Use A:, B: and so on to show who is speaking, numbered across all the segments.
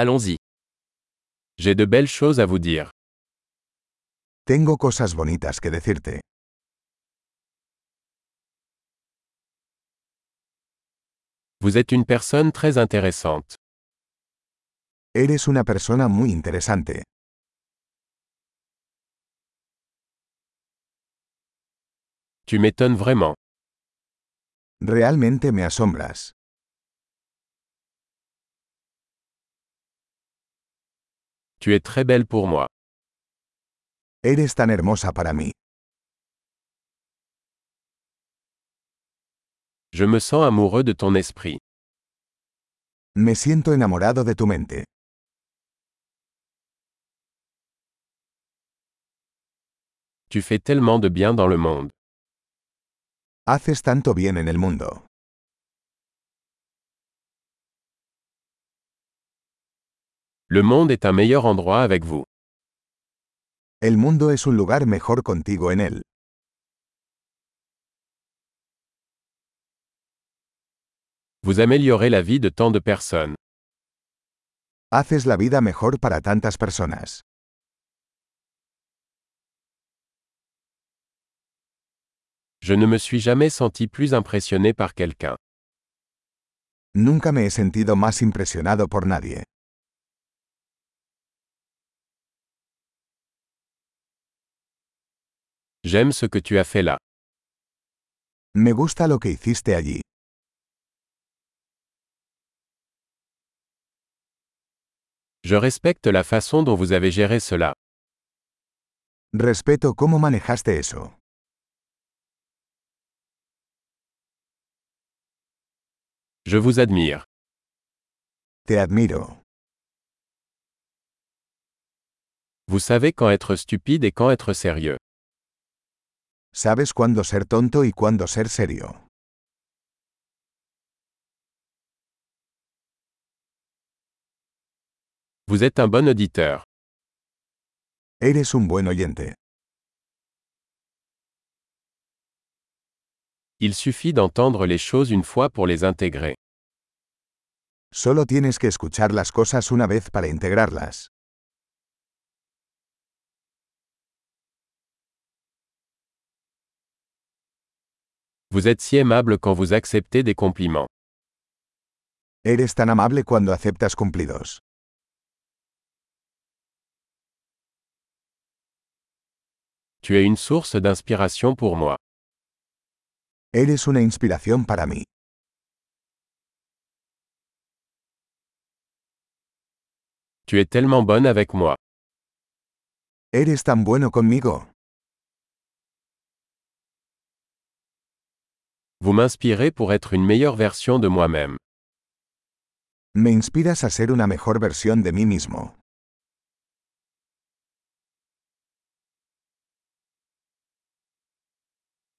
A: Allons-y. J'ai de belles choses à vous dire.
B: Tengo cosas bonitas que decirte.
A: Vous êtes une personne très intéressante.
B: Eres una persona muy interesante.
A: Tu m'étonnes vraiment.
B: Realmente me asombras.
A: Tu es très belle pour moi.
B: Eres tan hermosa para mí.
A: Je me sens amoureux de ton esprit.
B: Me siento enamorado de tu mente.
A: Tu fais tellement de bien dans le monde.
B: Haces tanto bien en el mundo.
A: Le monde est un meilleur endroit avec vous.
B: El mundo es un lugar mejor contigo en él.
A: Vous améliorez la vie de tant de personnes.
B: Haces la vida mejor para tantas personas.
A: Je ne me suis jamais senti plus impressionné par quelqu'un.
B: Nunca me he sentido más impresionado por nadie.
A: J'aime ce que tu as fait là.
B: Me gusta lo que hiciste allí.
A: Je respecte la façon dont vous avez géré cela.
B: Respeto cómo manejaste eso.
A: Je vous admire.
B: Te admiro.
A: Vous savez quand être stupide et quand être sérieux.
B: Sabes cuándo ser tonto y cuándo ser serio.
A: Vous êtes un bon auditeur.
B: Eres un buen oyente.
A: Il suffit d'entendre les choses une fois pour les intégrer.
B: Solo tienes que escuchar las cosas una vez para integrarlas.
A: Vous êtes si aimable quand vous acceptez des compliments.
B: Eres tan amable cuando aceptas cumplidos.
A: Tu es une source d'inspiration pour moi.
B: Eres una inspiración para mí.
A: Tu es tellement bonne avec moi.
B: Eres tan bueno conmigo.
A: Vous m'inspirez pour être une meilleure version de moi-même.
B: Me inspiras a ser una mejor versión de mí mismo.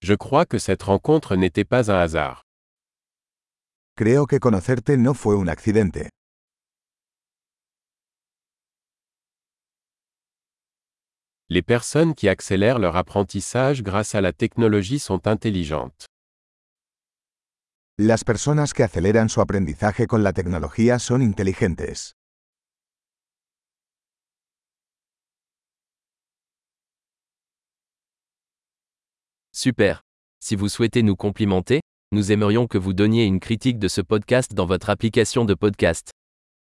A: Je crois que cette rencontre n'était pas un hasard.
B: Creo que conocerte no fue un accidente.
A: Les personnes qui accélèrent leur apprentissage grâce à la technologie sont intelligentes.
B: Las personas que aceleran su aprendizaje con la tecnología son inteligentes.
C: Super. Si vous souhaitez nous complimenter, nous aimerions que vous donniez une critique de ce podcast dans votre application de podcast.